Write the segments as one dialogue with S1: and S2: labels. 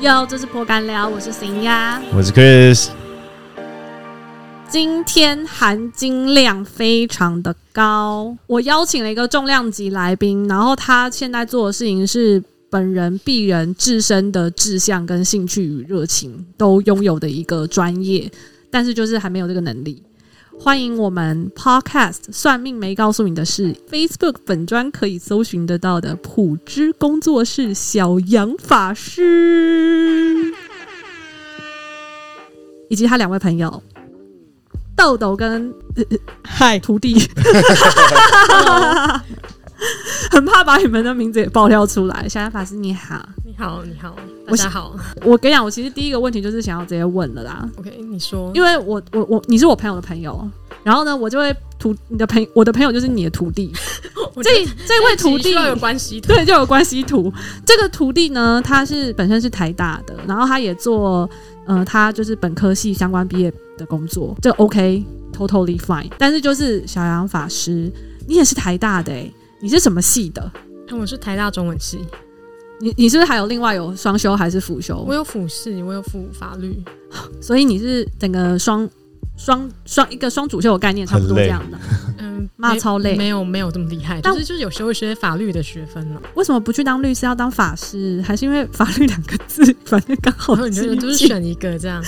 S1: 哟，这是破干聊，我是邢呀。
S2: 我是 Chris，
S1: 今天含金量非常的高，我邀请了一个重量级来宾，然后他现在做的事情是本人鄙人自身的志向跟兴趣与热情都拥有的一个专业，但是就是还没有这个能力。欢迎我们 Podcast 算命没告诉你的事 Facebook 本专可以搜寻得到的普之工作室小杨法师，以及他两位朋友豆豆跟呃
S3: 嗨，
S1: 徒弟， 很怕把你们的名字也爆料出来。小杨法师你好，
S3: 你好，你好，大
S1: 我是
S3: 家好。
S1: 我跟你讲，我其实第一个问题就是想要直接问了啦，
S3: OK，你说，
S1: 因为我我我你是我朋友的朋友，然后呢，我就会徒你的朋我的朋友就是你的徒弟，
S3: 我觉
S1: 这
S3: 得
S1: 这位
S3: 这集
S1: 徒弟
S3: 需要有关系图，
S1: 对，就有关系图。这个徒弟呢，他是本身是台大的，然后他也做，呃，他就是本科系相关毕业的工作，这 OK，totally、fine。但是就是小杨法师，你也是台大的、欸，你是什么系的？
S3: 哎我是台大中文系，
S1: 你你是不是还有另外有双修还是辅修
S3: 我？有辅系，我有辅法 律，
S1: 所以你是整个双双双一个双主修的概念差不多
S2: 很累
S1: 这样的。
S3: 嗯，
S1: 骂
S3: 没
S1: 超累
S3: 没有没有这么厉害，
S1: 但
S3: 但是就是有时候会学法律的学分了，
S1: 为什么不去当律师，要当法师？还是因为法律两个字，反正刚好
S3: 然后你
S1: 是
S3: 就
S1: 一
S3: 就是
S1: 起
S3: 选一个这样，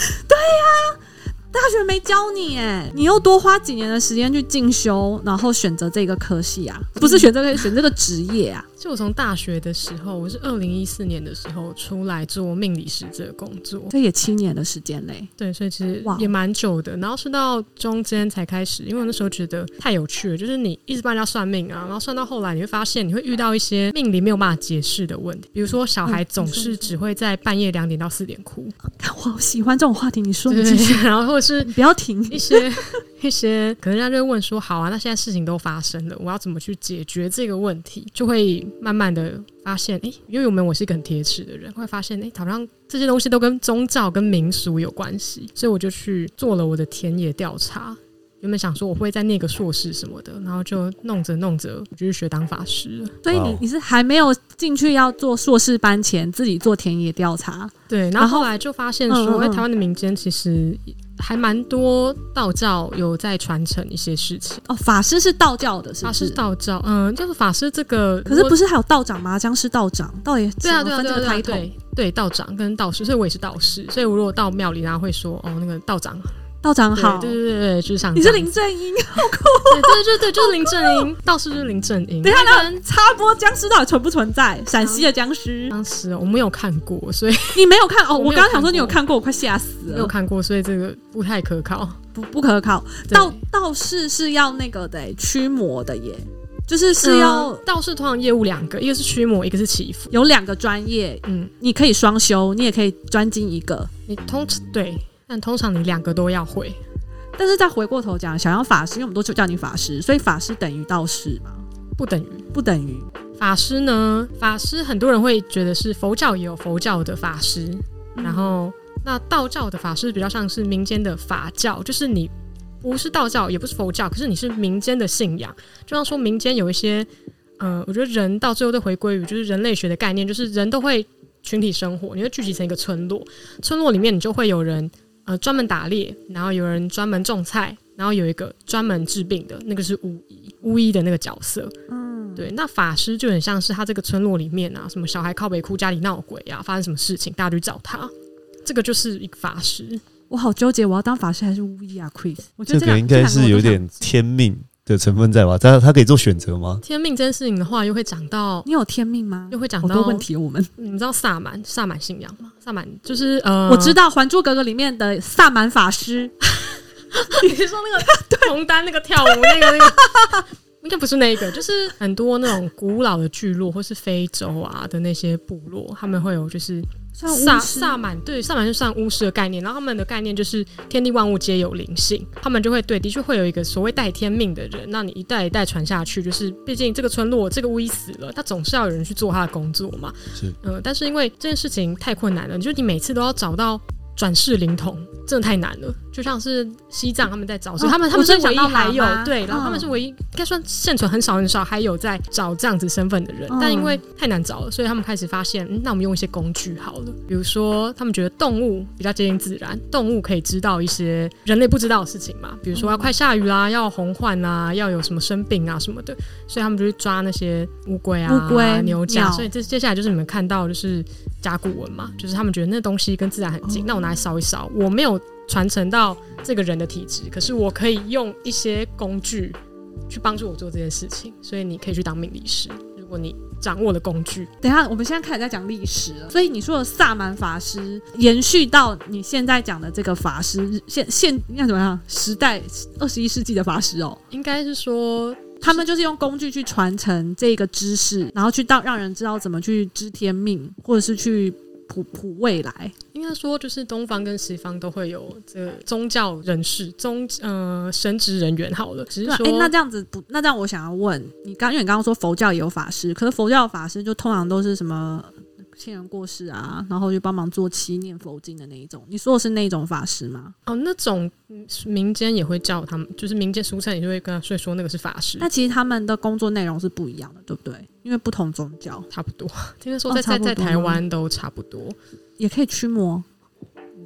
S1: 大学没教你哎，你又多花几年的时间去进修，然后选择这个科系啊，不是选这个选这个职业啊，
S3: 就我从大学的时候，我是二零一四年的时候出来做命理师这个工作，
S1: 这也七年的时间嘞。
S3: 对，所以其实
S1: 哇
S3: 也蛮久的。然后是到中间才开始，因为我那时候觉得太有趣了，就是你一直帮人家算命啊，然后算到后来，你会发现你会遇到一些命理没有办法解释的问题，比如说小孩
S1: 嗯
S3: 总
S1: 你说
S3: 是只会在半夜两点到四点哭，
S1: 看我好喜欢这种话题，你说
S3: 对
S1: 你继续，
S3: 然后或者是
S1: 你不要停。
S3: 一些一些，可能人家就会问说，好啊，那现在事情都发生了，我要怎么去解决这个问题？就会慢慢的发现，诶，因为我们我是一个很铁齿的人，会发现，诶，好像这些东西都跟宗教跟民俗有关系，所以我就去做了我的田野调查。原本想说我会再念个硕士什么的，然后就弄着弄着，我就去学当法师了。
S1: 所以
S2: 哇
S1: 你
S2: 哦
S1: 你是还没有进去要做硕士班前，自己做田野调查，
S3: 对，然
S1: 然
S3: 后
S1: 后
S3: 后来就发现
S1: 嗯嗯
S3: 说，哎、
S1: 嗯
S3: 台湾的民间其实还蛮多道教有在传承一些事情。
S1: 哦，法师是道教的，是
S3: 法
S1: 不
S3: 师
S1: 是？
S3: 道教，嗯，就是法师这个，
S1: 可是
S3: 我
S1: 不是还有道长吗？僵尸道长到底怎
S3: 对啊，
S1: 么
S3: 对啊，
S1: 分
S3: 对
S1: 这
S3: 啊，
S1: 个
S3: 对啊
S1: title？
S3: 对对道长跟道士，所以我也是道士，所以我如果到庙里，然后会说哦，那个道长
S1: 道长好
S3: 对，对对对，就是上
S1: 你是
S3: 这样
S1: 林
S3: 子
S1: 正英，
S3: 对对对对，就是林正
S1: 哦
S3: 英，道士就是林正英。
S1: 等一下，
S3: 那个
S1: 那插播僵尸到底存不存在？陕西的僵尸，
S3: 当时哦我没有看过，所以
S1: 你没有看哦？
S3: 我没有
S1: 我刚刚想说
S3: 看过
S1: 你有看过，我快吓死
S3: 没
S1: 了
S3: 有。看过，所以这个不太可靠。
S1: 不不可靠。
S3: 对
S1: 啊道道士是要那个的、欸驱魔的耶，就是是要、
S3: 嗯道士通常业务两个，一个是驱魔，一个是祈福。
S1: 有两个专业，
S3: 嗯，
S1: 你可以双修，你也可以专精一个。
S3: 你通对，但通常你两个都要会。
S1: 但是再回过头讲，想要法师，因为我们都叫你法师，所以法师等于道士嘛？
S3: 不等于
S1: 不等于
S3: 法师呢？法师很多人会觉得是佛教也有佛教的法师，然后那道教的法师比较像是民间的法教，就是你不是道教，也不是佛教，可是你是民间的信仰。就像说民间有一些，呃，我觉得人到最后都回归于就是人类学的概念，就是人都会群体生活，你会聚集成一个村落，村落里面你就会有人呃专门打猎，然后有人专门种菜。然后有一个专门治病的，那个是巫医，巫医的那个角色，嗯，对。那法师就很像是他这个村落里面啊，什么小孩靠北哭，家里闹鬼啊，发生什么事情，大家去找他，这个就是一个法师，
S1: 我好纠结，我要当法师还是巫医啊？Chris，我觉
S2: 这
S1: 得
S2: 个
S1: 两
S2: 应该
S1: 这
S2: 是
S1: 两个
S2: 有
S1: 我都想
S2: 点天命的成分在吧？他他可以做选择吗？
S3: 天命这件事情的话，又会讲到，
S1: 你有天命吗？
S3: 又会讲
S1: 好
S3: 到
S1: 多问。题，我 们、
S3: 你知道萨满萨满信仰吗？萨满就是呃，
S1: 我知道《还珠格格》里面的萨满法师，
S3: 你是说 那个红丹那个跳舞那个那个，应该不是那个，就是很多那种古老的聚落或是非洲啊的那些部落，他们会有就是
S1: 算巫
S3: 萨
S1: 师
S3: 萨满对萨满就是上巫师的概念，然后他们的概念就是天地万物皆有灵性，他们就会对的确会有一个所谓带天命的人，那你一代一代传下去，就是毕竟这个村落这个巫医死了，他总是要有人去做他的工作嘛，呃
S2: 是，
S3: 嗯、但是因为这件事情太困难了，就是你每次都要找到转世灵童，真的太难了。就像是西藏他们在找，所
S1: 哦
S3: 以他们他
S1: 我
S3: 们是
S1: 真
S3: 唯
S1: 想
S3: 一
S1: 到
S3: 还
S1: 喇
S3: 有
S1: 嘛
S3: 对，然后他们
S1: 嗯
S3: 是唯一应该算现存很少很少还有在找这样子身份的人，
S1: 嗯
S3: 但因为太难找了，所以他们开始发现，嗯，那我们用一些工具好了，比如说他们觉得动物比较接近自然，动物可以知道一些人类不知道的事情嘛，比如说要快下雨啦，要洪患啦，要有什么生病啊什么的，所以他们就去抓那些乌龟啊、
S1: 乌龟
S3: 牛角，
S1: 鸟
S3: 所以这接下来就是你们看到的就是甲骨文嘛，就是他们觉得那东西跟自然很近，
S1: 哦
S3: 那我拿来烧一烧，我没有传承到这个人的体质，可是我可以用一些工具去帮助我做这件事情，所以你可以去当命理师，如果你掌握了工具，
S1: 等一下，我们现在开始在讲历史了，所以你说的萨满法师延续到你现在讲的这个法师，现现那怎么样？时代二十一世纪的法师哦，
S3: 应该是说
S1: 他们就是用工具去传承这个知识，然后去到让人知道怎么去知天命，或者是去卜卜未来。
S3: 应该说，就是东方跟西方都会有这个宗教人士、宗呃神职人员好了，只是
S1: 对啊，
S3: 说、
S1: 诶那这样子不，那这样我想要问你刚，因为你刚刚说佛教也有法师，可是佛教的法师就通常都是什么亲人过世啊，然后就帮忙做七念佛经的那一种。你说的是那一种法师吗？
S3: 哦那种嗯民间也会叫他们，就是民间俗称也就会跟他所以说那个是法师
S1: 那，其实他们的工作内容是不一样的，对不对？因为不同宗教
S3: 差不多。 听说
S1: 哦
S3: 在、
S1: 差
S3: 在
S1: 不多
S3: 在台湾都差不多，
S1: 也可以驱魔，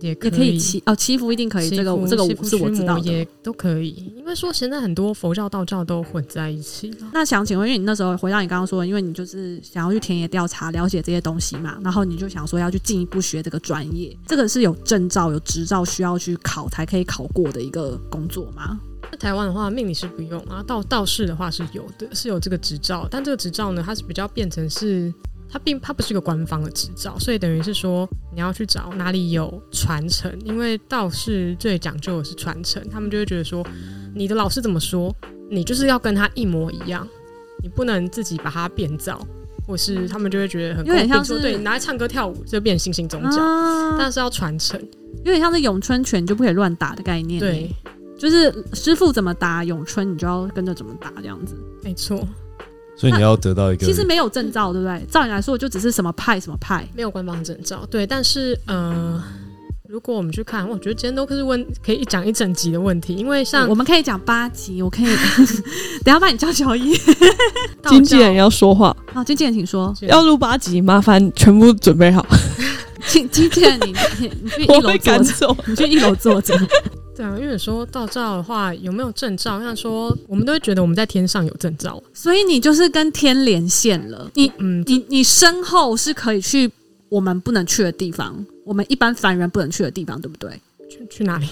S3: 也
S1: 也可以祈哦，祈福一定可以。
S3: 西
S1: 这个
S3: 服
S1: 我这个
S3: 西
S1: 我
S3: 服
S1: 是我
S3: 驱
S1: 知
S3: 魔
S1: 道
S3: 也
S1: 的。
S3: 都可以，因为说现在很多佛教、道教都混在一起了。
S1: 那想请问，因为你那时候回到你刚刚说的，因为你就是想要去田野调查了解这些东西嘛，然后你就想说要去进一步学这个专业，这个是有证照、有执照需要去考才可以考过的一个工作吗？
S3: 在台湾的话，命理师不用啊，道道士的话是有的，是有这个执照，但这个执照呢，它是比较变成是。它并它不是一个官方的执照，所以等于是说你要去找哪里有传承，因为道士最讲究的是传承，他们就会觉得说你的老师怎么说，你就是要跟他一模一样，你不能自己把它变造，或是他们就会觉得很
S1: 有点
S3: 诟病
S1: 像
S3: 说
S1: 是
S3: 对你拿来唱歌跳舞就变新兴宗教，
S1: 啊，
S3: 但是要传承，
S1: 有点像是咏春拳就不可以乱打的概念，
S3: 对，，
S1: 就是师傅怎么打咏春，你就要跟着怎么打这样子。
S3: 没错，
S2: 所以你要得到一个
S1: 其实没有证照，对不对？照你来说，就只是什么派什么派，
S3: 没有官方证照，对，但是呃，如果我们去看，我觉得今天都是问可以讲一整集的问题，因为像
S1: 我们可以讲八集，我可以 等一下把你叫小一。
S3: 道
S4: 经纪
S3: 教
S4: 人要说话，
S1: 好，经纪人请说，
S4: 要录八集，麻烦全部准备好，
S1: 经经纪人你你你去一
S4: 我
S1: 楼
S4: 会
S1: 坐
S4: 赶
S1: 着，
S4: 走。
S1: 你去一楼坐着。
S3: 对啊，因为你说道教的话有没有证照？像说我们都会觉得我们在天上有证照，
S1: 所以你就是跟天连线了，你
S3: 嗯，
S1: 你你身后是可以去我们不能去的地方，我们一般凡人不能去的地方，对不对？
S3: 去去哪里？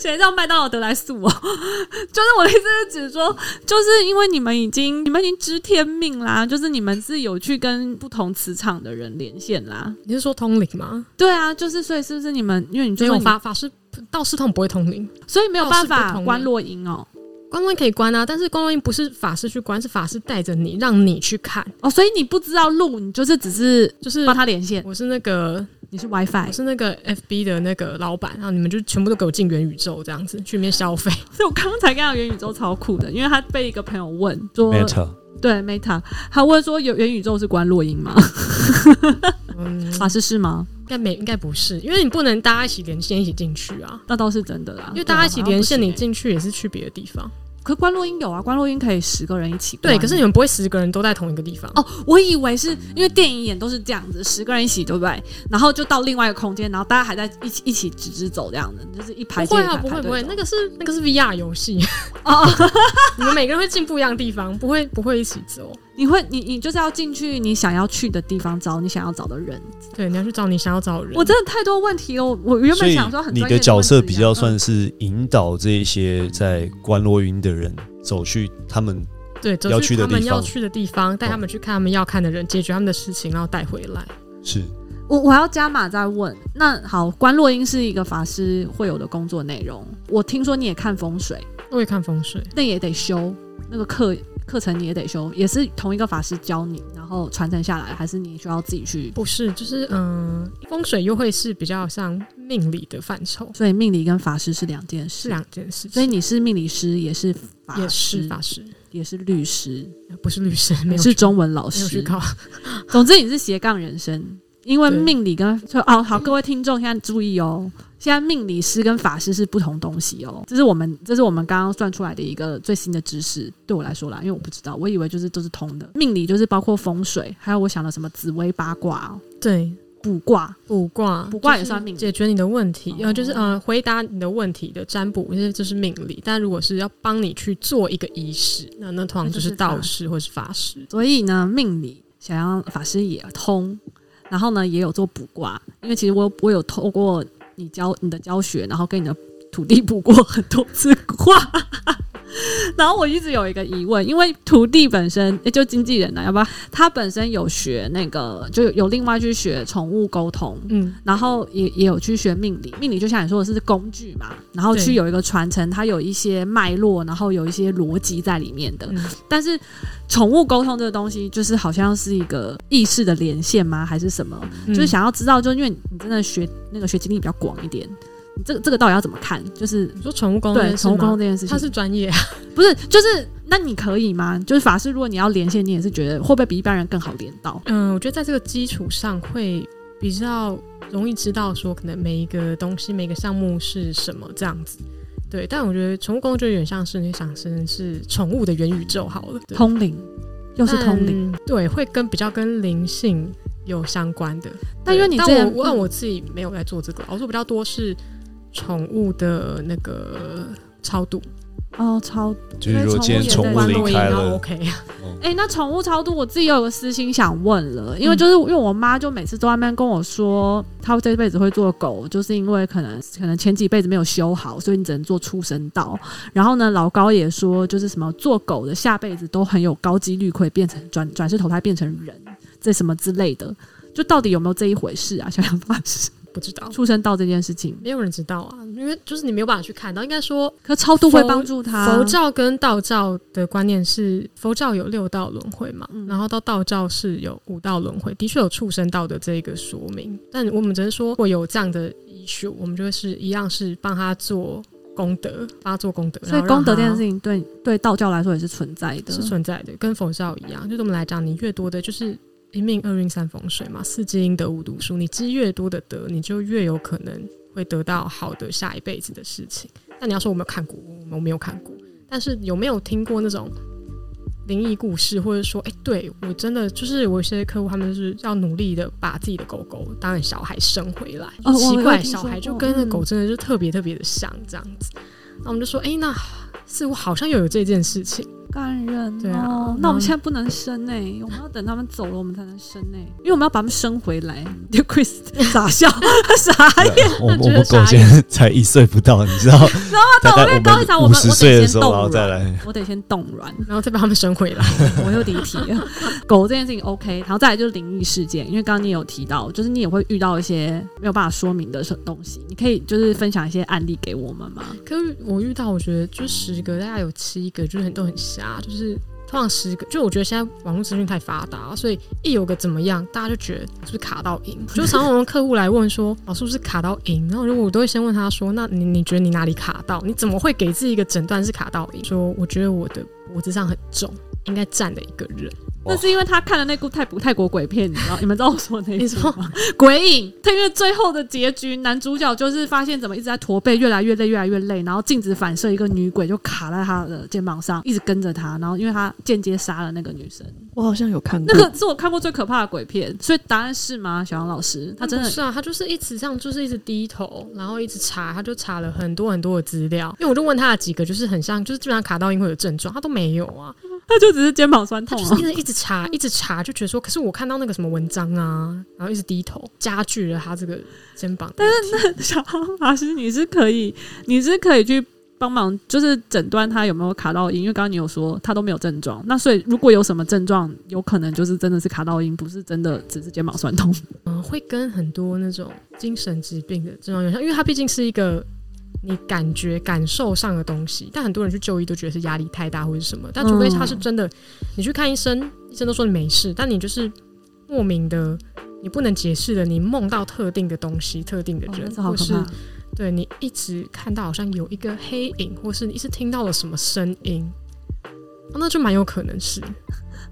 S1: 谁让麦当劳得来素我？ 就是我的意思是指说，就是因为你们已经你们已经知天命啦，就是你们是有去跟不同磁场的人连线啦。
S3: 你是说通灵吗？
S1: 对啊，就是所以是不是你们因为你就
S3: 没
S1: 说
S3: 有
S1: 你
S3: 法法师道士通不会通灵，
S1: 所以没有办
S3: 道士不
S1: 法
S3: 同
S1: 关
S3: 人
S1: 落音哦
S3: 关关可以关啊，但是关关不是法师去关，是法师带着你让你去看，
S1: 哦，所以你不知道路，你就是只是
S3: 就是
S1: 帮他连线，
S3: 我是那个
S1: 你是
S3: 我
S1: WiFi，
S3: 是那个 FB 的那个老板，然后你们就全部都给我进元宇宙这样子去里面消费。
S1: 所以我刚才看到元宇宙超酷的，因为他被一个朋友问说，
S2: Meta
S1: 对 Meta，他问说有元宇宙是关落音 吗？
S3: 嗯，
S1: 法啊师是吗？
S3: 应该没，应该不是，因为你不能大家一起连线一起进去啊，
S1: 那倒是真的啦，啊
S3: 因为大家一起连线，你
S1: 这，
S3: 进去也是去别的地方。
S1: 可关落音有啊，关落音可以十个人一起关
S3: 对，可是你们不会十个人都在同一个地方。
S1: 啊哦，我以为是因为电影演都是这样子，十个人一起，对不对？然后就到另外一个空间，然后大家还在一起一起直直走这样的，就是一排
S3: 不
S1: 接
S3: 会
S1: 一排
S3: 啊，
S1: 排
S3: 不会
S1: 队
S3: 不会，
S1: 走
S3: 那个是那个是 VR 游戏，
S1: 哦，哦
S3: 你们每个人会进不一样的地方，不会不会一起走。
S1: 你会你你就是要进去你想要去的地方，找你想要找的人。
S3: 对，你要去找你想要找的人。
S1: 我真的太多问题了，我我原
S2: 所
S1: 本
S2: 以
S1: 想说很
S2: 你
S1: 专业
S2: 的角色比较
S1: 问题啊
S2: 算是引导这一些在观落云的人走去他们
S3: 对，走
S2: 要
S3: 去
S2: 去的
S3: 他们
S2: 地
S3: 要
S2: 方哦
S3: 去的地方，带他们去看他们要看的人，解决他们的事情，然后带回来。
S2: 是
S1: 嗯我我要加码再问。那好，观落音是一个法师会有的工作内容。我听说你也看风水，
S3: 我也看风水，
S1: 那也得修那个课课程，你也得修，也是同一个法师教你，然后传承下来，还是你需要自己去？
S3: 不是，就是嗯、风水又会是比较像命理的范畴，
S1: 所以命理跟法师是两件
S3: 是
S1: 事。
S3: 两件事情。
S1: 所以你是命理师，也是法师，
S3: 也是法师，
S1: 也是律师，
S3: 不是律师，没
S1: 也
S3: 有
S1: 是
S3: 去
S1: 中文老
S3: 没有去
S1: 师。
S3: 考。
S1: 总之，你是斜杠人生。因为
S3: 对
S1: 命理跟说哦，好，各位听众现在注意哦，现在命理师跟法师是不同东西哦，这是我们这是我们刚刚算出来的一个最新的知识，对我来说啦，因为我不知道，我以为就是都是通的，命理就是包括风水，还有我想的什么紫薇八卦、哦、
S3: 对，
S1: 卜卦，
S3: 卜卦，
S1: 卜卦也
S3: 就是
S1: 算命理
S3: 解决你的问题，
S1: 哦
S3: 呃，就是呃，回答你的问题的占卜，这这是命理。但如果是要帮你去做一个仪式，那那通常就是道士或是法师。
S1: 所以呢，命理想要法师也通，然后呢也有做卜卦，因为其实我我有透过你教你的教学，然后跟你的土地卜过很多次卦。 然后我一直有一个疑问，因为土地本身诶就经纪人啊呢、要不然他本身有学那个，就有另外去学宠物沟通，
S3: 嗯，
S1: 然后也也有去学命理，命理就像你说的是工具嘛，然后去
S3: 对
S1: 有一个传承，它有一些脉络，然后有一些逻辑在里面的。
S3: 嗯
S1: 但是宠物沟通这个东西，就是好像是一个意识的连线吗？还是什么？
S3: 嗯
S1: 就是想要知道，就因为你真的学那个学经历比较广一点，你这个这个到底要怎么看？就是
S3: 你说宠物沟
S1: 对
S3: 通这件事
S1: 宠
S3: 吗，
S1: 物沟通这件事情，
S3: 他是专业啊，
S1: 不是就是那你可以吗？就是法师，如果你要连线，你也是觉得会不会比一般人更好连到？
S3: 嗯，我觉得在这个基础上会比较容易知道说，可能每一个东西、每个项目是什么这样子。对，但我觉得宠物沟通就有点像是你想成是宠物的元宇宙好了，对
S1: 通灵又是通灵，
S3: 但嗯对，会跟比较跟灵性有相关的。
S1: 但因为你
S3: 对
S1: 之前嗯
S3: 但我但我自己没有在做这个，我做比较多是宠物的那个超度，
S1: 哦，超
S2: 就是如果今天
S1: 宠物
S2: 宠物
S1: 也在
S2: 离开
S3: 然后
S2: 了，
S3: OK，
S1: 哎、那宠物超度，我自己有个私心想问了，
S3: 嗯
S1: 因为就是因为我妈就每次都在那边跟我说，她这辈子会做狗，就是因为可能可能前几辈子没有修好，所以你只能做畜生道。然后呢，老高也说，就是什么做狗的下辈子都很有高几率会变成转转世投胎变成人，这什么之类的，就到底有没有这一回事啊？想想法师
S3: 不知道，
S1: 畜生道这件事情，
S3: 没有人知道啊，因为就是你没有办法去看到，应该说
S1: 可超度会帮助他
S3: 佛教跟道教的观念是，佛教有六道轮回嘛，
S1: 嗯
S3: 然后到道教是有五道轮回，的确有畜生道的这个说明。但我们只是说，如果有这样的 issue，我们就会是一样是帮他做功德，帮他做功德。
S1: 所以
S3: 然后让
S1: 功德这件
S3: 他
S1: 事情对对道教来说也是存在的，
S3: 是存在的，跟佛教一样。就对我们来讲，你越多的就是一命二运三风水嘛，四积阴德五读书，你积越多的德，你就越有可能会得到好的下一辈子的事情。那你要说我没有看过，我我没有看过，但是有没有听过那种？灵异故事，或者说，哎、对我真的就是我有些客户，他们就是要努力的把自己的狗狗当小孩生回来。
S1: 哦我
S3: 奇
S1: 有
S3: 怪，
S1: 听
S3: 小
S1: 说
S3: 孩就
S1: 过
S3: 跟那
S1: 嗯
S3: 狗真的就特别特别的像这样子。那我们就说，哎、那似乎好像又有这件事情。
S1: 感人
S3: 对啊
S1: 哦。那我
S2: 嗯
S1: 们现在不能生哎、我们要等他们走了，我们才能生哎、因为我们要把他们生回来。 就 Chris 傻笑， 傻眼。
S2: 对啊我我
S3: 觉 得
S2: 们
S3: 傻眼
S2: 狗现在才一岁不到，你知道？大概
S1: 我高一啊场我
S2: 五
S1: 们
S2: 十
S1: 我得
S2: 岁的
S1: 先
S2: 时候，然后
S1: 冻
S2: 再
S1: 卵，
S2: 来。
S1: 我得先冻卵。
S3: 然后再把他们生回来。
S1: 我又离题 了。狗这件事情 OK，然后再来就是灵异事件，因为刚刚你也有提到，就是你也会遇到一些没有办法说明的什东西，你可以就是分享一些案例给我们吗？
S3: 可是我遇到，我觉得就十个，大概有七个就是很都很瞎，就是通常十个，就我觉得现在网络资讯太发达，所以一有个怎么样，大家就觉得是不是卡到音？就常常有客户来问说， 老师是不是卡到音？然后如果我都会先问他说，那你你觉得你哪里卡到？你怎么会给自己一个诊断是卡到音？说我觉得我的脖子上很重，应该站了一个人。
S2: 哇
S1: 那是因为他看了那部泰泰国鬼片，你知道你们知道我说的那一
S3: 你
S1: 部
S3: 说
S1: 吗？鬼影，他因为最后的结局，男主角就是发现怎么一直在驼背，越来越累，越来越累，然后镜子反射一个女鬼就卡在他的肩膀上，一直跟着他，然后因为他间接杀了那个女 生，
S4: 我好像有看过
S1: 那个是我看过最可怕的鬼片，所以答案是吗？小杨老师，他真
S3: 不
S1: 的
S3: 是啊，他就是一直这样，就是一直低头，然后一直查，他就查了很多很多的资料。因为我就问他了几个，就是很像，就是基本上卡到音会有症状，他都没有啊，
S1: 他就只是肩膀酸
S3: 他
S1: 痛
S3: 就
S1: 啊
S3: 是 一，直一直查，一直查，就觉得说，可是我看到那个什么文章啊，然后一直低头，加剧了他这个肩膀。但是
S1: 小杨老师，你是可以，你是可以去。帮忙就是诊断他有没有卡到音，因为刚刚你有说他都没有症状，那所以如果有什么症状，有可能就是真的是卡到音，不是真的只是肩膀酸痛。
S3: 嗯、会跟很多那种精神疾病的症状有像，因为它毕竟是一个你感觉感受上的东西，但很多人去就医都觉得是压力太大或者是什么，但除非他
S1: 嗯
S3: 是真的，你去看医生，医生都说你没事，但你就是莫名的。你不能解释的，你梦到特定的东西、特定的
S1: 哦
S3: 人，
S1: 那是好
S3: 或
S1: 可
S3: 是
S1: 怕。
S3: 对你一直看到好像有一个黑影，或是你一直听到了什么声音，啊那就蛮有可能是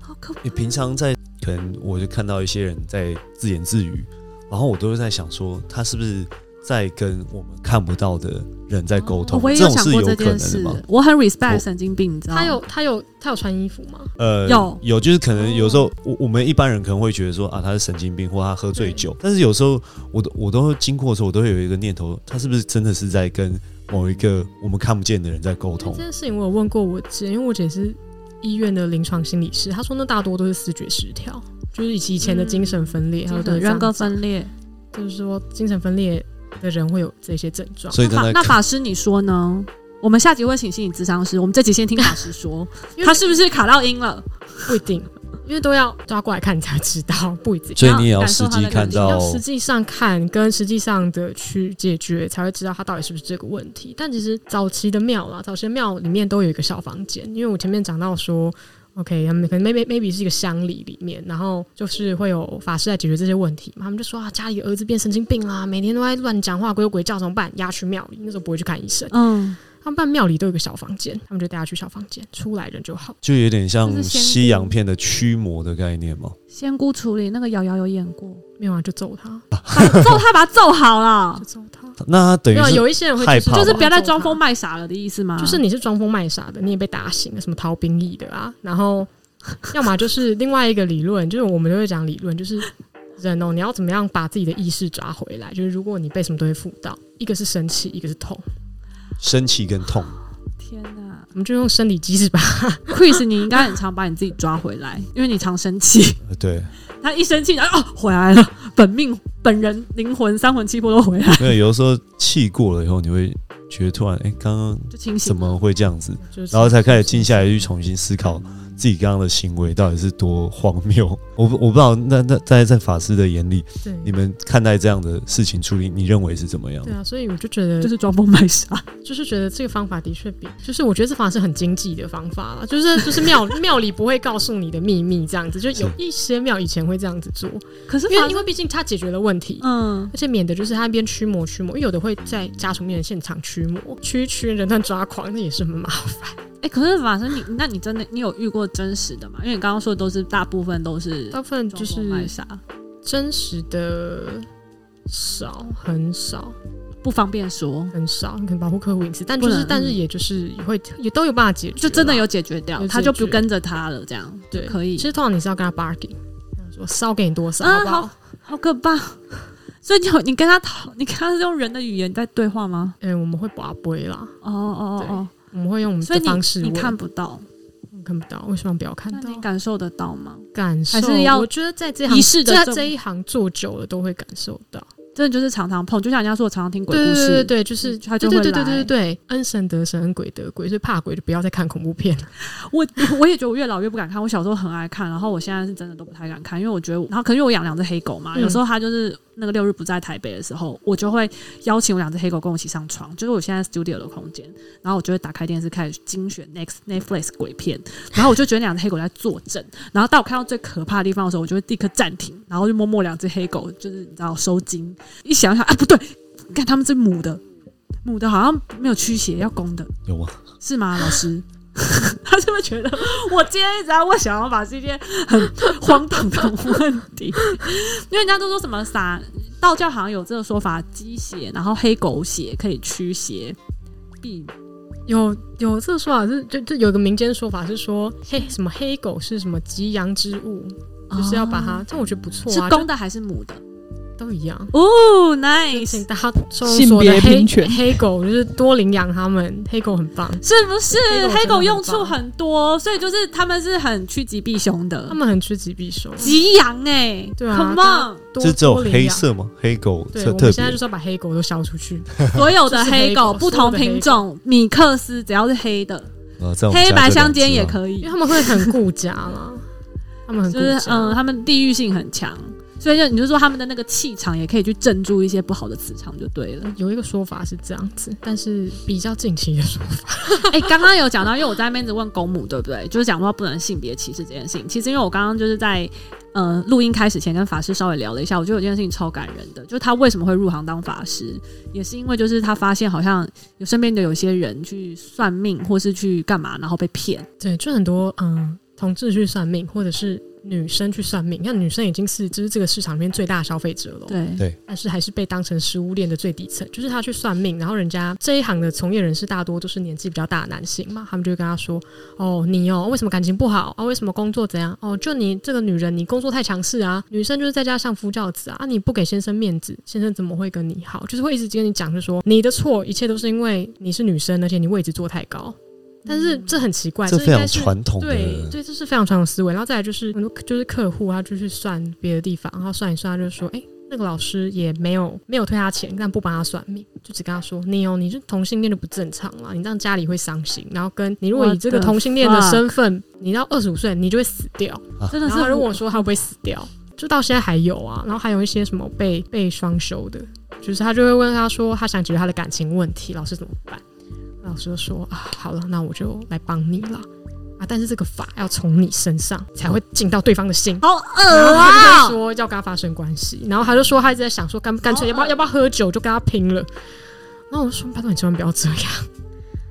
S1: 好可怕哦
S2: 你平常在可能我就看到一些人在自言自语，然后我都会在想说，他是不是在跟我们看不到的人在沟
S1: 哦
S2: 通？
S1: 我也
S2: 这
S1: 有
S2: 种
S1: 想
S2: 是
S1: 过
S2: 有
S1: 这
S2: 可
S1: 件
S2: 能的
S1: 事
S2: 吗？，
S1: 我很 respect
S2: 我
S1: 神经病，你知道吗？
S3: 他有他有他有穿衣服吗？
S2: 呃，
S1: 有
S2: 有，就是可能有时候我我们一般人可能会觉得说啊，他是神经病或他喝醉
S1: 嗯
S2: 酒，但是有时候我都我都经过的时候，我都会有一个念头，他是不是真的是在跟某一个我们看不见的人在沟
S3: 因为
S2: 通
S3: 哎
S1: 嗯
S3: 这？件事情我有问过我姐，因为我姐是医院的临床心理师，她说那大多都是视觉失调，就是以及以前的嗯精神分裂，还有
S1: 对
S3: 对
S1: 人格，分裂。
S3: 就是说精神分裂的人会有这些症状。
S2: 所以
S1: 那
S2: 他
S1: 法
S2: 在
S1: 那法师，你说呢？我们下集会请心理咨商师，我们这集先听法师说，
S3: 因为
S1: 他是不是卡到音了？
S3: 不一定，因为都要抓过来看你才知道，不一定。
S2: 所以你也要
S1: 感受
S2: 实
S1: 他
S2: 际
S1: 的
S2: 看
S1: 感情
S2: 到
S3: 要实际上看跟实际上的去解决，才会知道他到底是不是这个问题。但其实早期的庙啦，早期的庙里面都有一个小房间，因为我前面讲到说，OK，他们可能 maybe maybe 是一个乡里里面，然后就是会有法师来解决这些问题嘛。他们就说啊，家里儿子变神经病啦，每天都在乱讲话，鬼有鬼叫，怎么办？押去庙里。那时候不会去看医生，
S1: 嗯，
S3: 他们办庙里都有一个小房间，他们就带他去小房间，出来人就好。
S2: 就有点像
S1: 就是先
S2: 西洋片的驱魔的概念嘛。
S1: 仙姑处理那个瑶瑶有演 过，
S3: 没有啊，就揍他，
S1: 把揍他把他揍好了
S3: 就，揍他。
S2: 那他等
S3: 没有
S2: 于
S3: 啊，
S2: 是
S3: 有一些人会
S2: 害
S3: 是
S2: 怕
S1: 就是
S2: 吧
S1: 不要再装
S3: 疯
S1: 疯卖傻了的意思吗？
S3: 就是你是装疯卖傻的，你也被打醒了，什么逃兵役的啊，然后 要么就是另外一个理论，就是我们都会讲理论，就是人哦，你要怎么样把自己的意识抓回来？就是如果你被什么东西附到，一个是生气，一个是痛，
S2: 生气跟痛，
S1: 天哪
S3: 我们就用生理机制把
S1: ，Chris，你应该很常把你自己抓回来，因为你常生气。
S2: 呃对，
S1: 他一生气，然后哦，回来了，本命、本人、灵魂、三魂七魄都回来，
S2: 没有，有的时候气过了以后，你会觉得突然，哎，刚刚
S1: 就清醒
S2: 怎
S1: 了。
S2: 么会这样子？
S3: 就是，
S2: 然后才开始静下来去重新思考自己刚刚的行为到底是多荒谬。 我不我不知道，那那在在法师的眼里，
S3: 对
S2: 你们看待这样的事情处理，你认为是怎么样
S3: 对？啊，所以我就觉得
S1: 就是装疯卖傻，
S3: 就是觉得这个方法的确比，就是我觉得这方法是很经济的方法啦，就是就是庙 庙里不会告诉你的秘密这样子，就有
S2: 是
S3: 一些庙以前会这样子做，
S1: 可是
S3: 因为
S1: 反
S3: 因为毕竟它解决了问题，
S1: 嗯，
S3: 而且免得就是他一边驱魔驱魔，因为有的会在家属面前现场驱魔，驱一驱人乱抓狂，那也是很麻烦。
S1: 哎、可是法师你，那你真的你有遇过真实的吗？因为你刚刚说的都是大部分都是
S3: 大部分就
S1: 装
S3: 是
S1: 疯卖傻，
S3: 真实的少，很少，
S1: 不方便说，
S3: 很少，可能保护客户隐私，但就
S1: 不
S3: 是
S1: 能嗯
S3: 但是也就是也会也都有办法解决啦，
S1: 就真的有解决
S3: 有
S1: 掉，
S3: 解决
S1: 他就不跟着他了，这样
S3: 对
S1: 可以
S3: 其实通常你是要跟他 bargain，说烧给你多少，
S1: 啊
S3: 好不好？
S1: 好可怕。所以你有你跟他讨，你跟他是用人的语言在对话吗？
S3: 嗯、我们会把杯啦，
S1: 哦哦哦
S3: 我们会用
S1: 哦，
S3: 我们
S1: 所以
S3: 的方式
S1: 你
S3: 问，
S1: 你看不到，
S3: 嗯看不到，为什么不要看
S1: 那
S3: 到
S1: 你？感受得到吗？
S3: 感受，
S1: 还是要
S3: 我觉得在这行
S1: 仪式的
S3: 在
S1: 这种
S3: 这一行做久了都会感受到。
S1: 真的就是常常碰，就像人家说，我常常听鬼
S3: 对
S1: 故
S3: 对
S1: 事，
S3: 对对，就是
S1: 嗯它就
S3: 对
S1: 会
S3: 对对对
S1: 来
S3: 对对，恩神得神，恩鬼得鬼，所以怕鬼就不要再看恐怖片了。
S1: 我我也觉得我越老越不敢看，我小时候很爱看，然后我现在是真的都不太敢看，因为我觉得我，然后可能因为我养两只黑狗嘛，
S3: 嗯
S1: 有时候它就是那个六日不在台北的时候，我就会邀请我两只黑狗跟我一起上床，就是我现在 studio 的空间，然后我就会打开电视开始精选 next Netflix 鬼片，然后我就觉得两只黑狗在作证，然后到我看到最可怕的地方的时候，我就会立刻暂停，然后就摸摸两只黑狗，就是你知道收精，一想想啊不对，看它们是母的，母的好像没有驱邪，要公的。
S2: 有吗？
S1: 是吗，老师？ 他是不是觉得我今天一直在问小王法是一件很荒唐的问题？因为人家都说什么撒道教好像有这个说法，鸡血，然后黑狗血可以驱邪避
S3: 有有这个说法是，就就有一个民间说法是说，黑什么黑狗是什么吉阳之物，就是要把它。但我觉得不错
S1: 哦是
S3: 啊，
S1: 公的还是母的？
S3: 就都一样。
S1: 哦
S3: 请
S1: ，nice，
S3: 大家收容所的
S4: 性别
S3: 黑
S4: 平权
S3: 黑狗就是多领养它们，黑狗很棒，
S1: 是不是
S3: 黑狗真的很
S1: 黑狗用处
S3: 棒
S1: 很多，所以就是他们是很趋吉避凶
S3: 它
S1: 的，
S3: 们很趋吉避凶。
S1: 吉阳哎
S3: 对啊
S1: ，come
S3: 大
S1: on，
S3: 多
S2: 这只有
S3: 多领
S2: 黑
S3: 养。
S2: 色吗？黑狗
S3: 对，
S2: 特
S3: 我
S2: 特
S3: 们现在就
S2: 别
S3: 是要把黑狗都消出去。
S1: 所有的
S3: 就是
S1: 黑
S3: 黑狗
S1: 狗不同
S3: 所有的黑
S1: 品种，米克斯只要是黑的，
S2: 啊，在我们
S1: 黑
S2: 家
S1: 白
S2: 就
S1: 相
S2: 两只
S1: 间也
S2: 啊。
S1: 可以
S3: 因为。他们会很顾家啦，他们很啊顾
S1: 就
S3: 家，
S1: 是嗯，他们地域性很强，所以就你就说他们的那个气场也可以去镇住一些不好的磁场就对 了。
S3: 有一个说法是这样子，但是比较近期的说法，
S1: 哎、刚刚有讲到，因为我在那边子问公母对不对？ 就是讲到不能性别歧视这件事情。其实因为我刚刚就是在呃录音开始前跟法师稍微聊了一下，我觉得有件事情超感人的，就是他为什么会入行当法师，也是因为就是他发现好像有身边的有些人去算命或是去干嘛，然后被骗。
S3: 对，就很多嗯，同志去算命，或者是女生去算命，你看女生已经是就是这个市场里面最大的消费者了，
S1: 对
S2: 对
S3: 但是还是被当成食物链的最底层，就是她去算命，然后人家这一行的从业人士大多都是年纪比较大的男性嘛，他们就会跟她说，哦，你哦，为什么感情不好啊？为什么工作怎样？哦，就你这个女人，你工作太强势啊，女生就是在家相夫教子啊，啊，你不给先生面子，先生怎么会跟你好？就是会一直跟你讲，就说你的错，一切都是因为你是女生，而且你位置坐太高。但是这很奇怪，
S2: 这
S3: 这
S2: 非
S3: 应该
S2: 常
S3: 是
S2: 传统的，
S3: 对对，这是非常传统思维。然后再来就是很多就是客户他就去算别的地方，然后算一算，他就说，哎、那个老师也没有没有退他钱，但不帮他算命，就只跟他说，你哦，你这同性恋就不正常了，你这样家里会伤心。然后跟你如果以
S1: What
S3: 这个
S1: the
S3: 同性恋的
S1: fuck？
S3: 身份，你到二十五岁你就会死掉。
S1: 真的
S3: 然
S1: 是
S3: 后他就问我
S1: 说，
S3: 说他会不会死掉，就到现在还有啊。然后还有一些什么被被双休的，就是他就会问他说他想解决他的感情问题，老师怎么办？老师就说啊，好了，那我就来帮你了啊，但是这个法要从你身上才会进到对方的心。
S1: 好
S3: 然
S1: 恶
S3: 后他就
S1: 啊！
S3: 说要跟他发生关系，然后他就说他一直在想说干干脆要不要
S1: 哦
S3: 要不要喝酒就跟他拼了。然后我就说拜托你千万不要这样，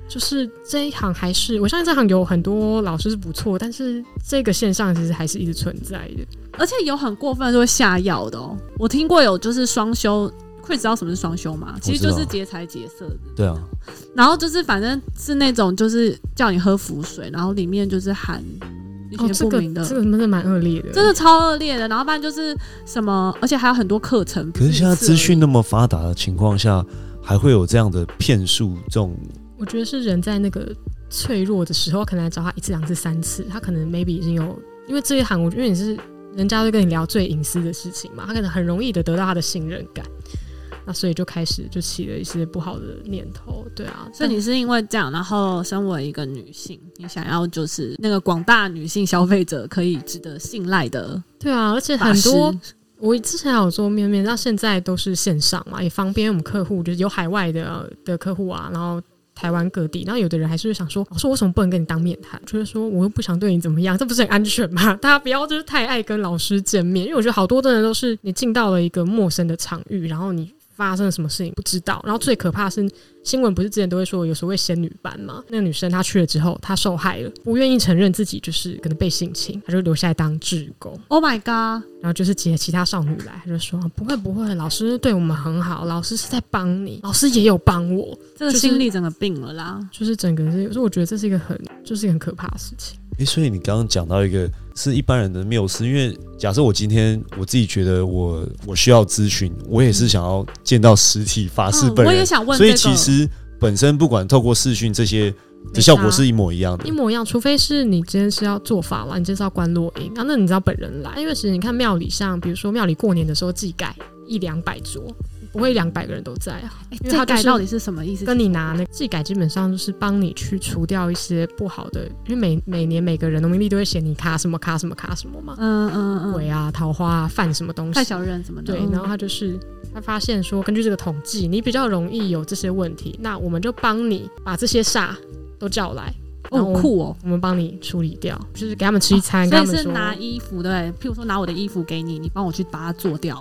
S3: 就是这一行还是我相信这行有很多老师是不错，但是这个现象其实还是一直存在的。
S1: 而且有很过分的是会下药的哦，我听过有就是双休。会知道什么是双休吗？其实
S2: 知道
S1: 就是劫财劫色的，
S2: 对啊，
S1: 然后就是反正是那种就是叫你喝符水，然后里面就是含一
S3: 哦，
S1: 些
S3: 这
S1: 不
S3: 个
S1: 明的，
S3: 这个真的蛮恶劣的，
S1: 真的超恶劣的。然后不然就是什么，而且还有很多课程。
S2: 可是现在
S1: 一次而已
S2: 资讯那么发达的情况下，还会有这样的骗术这种
S3: 我觉得是人在那个脆弱的时候，可能来找他一次、两次、三次，他可能 maybe 已经有，因为这一行，我觉得你是人家会跟你聊最隐私的事情嘛，他可能很容易的得到他的信任感，那所以就开始就起了一些不好的念头，对啊，
S2: 哎
S1: 所以你是因为这样，然后身为一个女性，你想要就是那个广大女性消费者可以值得信赖的
S3: 对啊，而且
S1: 法
S3: 很
S1: 师
S3: 多我之前还有做面面，那现在都是线上嘛，也方便我们客户，就是有海外的的客户啊，然后台湾各地，然后有的人还是会想说，我说为什么不能跟你当面谈？就是说我又不想对你怎么样，这不是很安全吗？大家不要就是太爱跟老师见面，因为我觉得好多的人都是你进到了一个陌生的场域，然后你。发生了什么事情不知道，然后最可怕的是新闻不是之前都会说有所谓仙女班嘛？那个女生她去了之后，她受害了，不愿意承认自己就是可能被性侵，她就留下来当志工。
S1: Oh my god！
S3: 然后就是接其他少女来，她就说不会不会，老师对我们很好，老师是在帮你，老师也有帮我，
S1: 这个
S3: 就是
S1: 心理整个病了啦。
S3: 就是整个是，所以我觉得这是一个很就是一个很可怕的事情。
S2: 诶，所以你刚刚讲到一个是一般人的谬思，因为假设我今天我自己觉得我我需要咨询，我也是想要见到实体法师
S1: 嗯
S2: 本
S1: 我
S2: 人，
S1: 也想问
S2: 所以
S1: 这个
S2: 其实本身不管透过视讯这些的
S3: 没
S2: 效果
S3: 差
S2: 是一模一样的
S3: 一。模一样，除非是你今天是要做法啦，你今天是要观落音，啊，那你知道本人来，因为其实你看庙里像，比如说庙里过年的时候祭改一两百桌，不会两百个人都在啊，
S1: 哎
S3: 因为
S1: 这
S3: 它就
S1: 改
S3: 是
S1: 到底是什么意思？
S3: 跟你拿那个祭改基本上就是帮你去除掉一些不好的，因为每每年每个人农民历都会写你卡什么卡什么卡什么嘛，
S1: 嗯嗯嗯，
S3: 鬼啊、桃花啊、犯什么东
S1: 看
S3: 西。
S1: 小人什么的。
S3: 对，
S1: 嗯
S3: 然后他就是他发现说，根据这个统计，你比较容易有这些问题，那我们就帮你把这些煞都叫来，然后
S1: 哦，酷哦。
S3: 我们帮你处理掉，就是给他们吃一餐，跟
S1: 所以
S3: 他们
S1: 是
S3: 说，
S1: 拿衣服对不对，譬如说拿我的衣服给你，你帮我去把它做掉，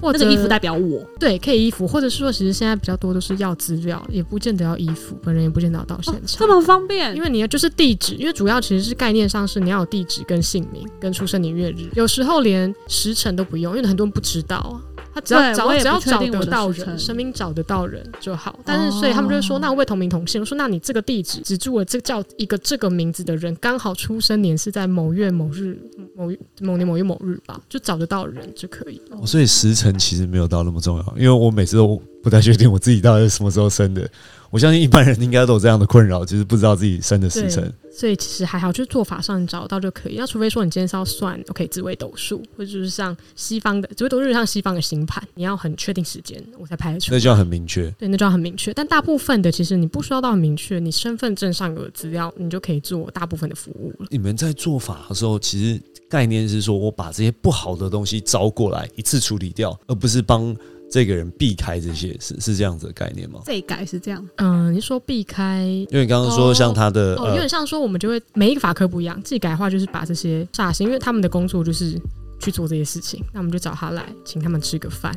S3: 或
S1: 那
S3: 者
S1: 个衣服代表我。
S3: 对，可以衣服，或者是说，其实现在比较多都是要资料，也不见得要衣服，本人也不见得要到现
S1: 哦
S3: 场。
S1: 这么方便，
S3: 因为你要就是地址，因为主要其实是概念上是你要有地址跟姓名跟出生年月日，有时候连时辰都不用，因为很多人不知道啊。他只要
S1: 对我
S3: 找
S1: 也
S3: 只要
S1: 不确定
S3: 找
S1: 我
S3: 得
S1: 的
S3: 到
S1: 时辰
S3: 人，神明找得到人就好。但是所以他们就会说，
S1: 哦
S3: 那我会同名同姓。我说，那你这个地址只住了这叫一个这个名字的人，刚好出生年是在某月某日某某年某月某日吧，就找得到人就可以了。
S2: 哦所以时辰其实没有到那么重要，因为我每次都不太确定我自己到底是什么时候生的。我相信一般人应该都有这样的困扰，就是不知道自己生的时
S3: 对
S2: 辰。
S3: 所以其实还好，就是做法上你找到就可以。那除非说你今天是要算 OK 紫微斗数，或者就是像西方的紫微斗数，像西方的星盘，你要很确定时间我才排得出
S2: 那
S3: 来。
S2: 就要很明确。
S3: 对，那就要很明确。但大部分的其实你不需要到很明确，你身份证上有的资料，你就可以做大部分的服务了。
S2: 你们在做法的时候，其实概念是说我把这些不好的东西招过来，一次处理掉，而不是帮这个人避开这些，是是这样子的概念吗？
S1: 这一改是这样。
S3: 嗯、你说避开
S2: 因为你刚刚说像他的、
S3: 哎
S2: 呃
S3: 哦，有点像说我们就会每一个法科不一样，自己改的话就是把这些煞星，因为他们的工作就是去做这些事情，那我们就找他来，请他们吃个饭，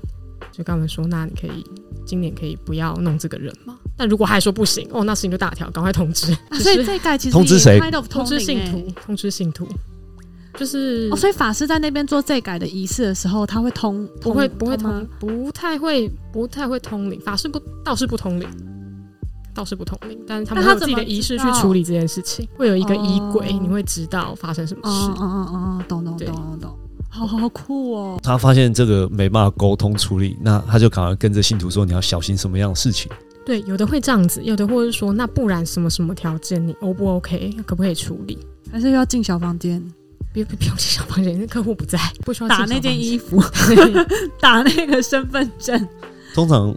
S3: 就跟他们说，那你可以今年可以不要弄这个人嘛。但如果还说不行，哦，那事情就大条，赶快通知，
S1: 啊
S3: 就
S1: 所以
S3: 是
S1: 这一改其实
S2: 通知谁
S1: 也 kind of
S3: 通知
S1: 通灵
S3: 信
S1: 欸
S3: 徒，通知信徒。就是
S1: 哦，所以法师在那边做这改的仪式的时候，他会通
S3: 不会不会
S1: 通
S3: 通
S1: 吗？，
S3: 不太会不太会通灵，法师不倒是不通灵，倒是不通灵，但是他们
S1: 那他
S3: 会有自己
S1: 怎么
S3: 的仪
S1: 知
S3: 式去
S1: 道
S3: 处理这件事情，会有一个衣柜，
S1: 哦
S3: 你会知道发生什么
S1: 哦哦
S3: 事。
S1: 哦哦，懂懂
S3: 对
S1: 懂懂懂，好好酷哦！
S2: 他发现这个没办法沟通处理，那他就赶快跟着信徒说你要小心什么样的事情。
S3: 对，有的会这样子，有的或者说那不然什么什么条件，你 O 不 OK，可不可以处理？
S1: 还是要进小房间
S3: 别别不用进小房间，那客户不在， 不需要
S1: 打那
S3: 进小
S1: 件
S3: 房间
S1: 衣服， 打那个身份证。
S2: 通常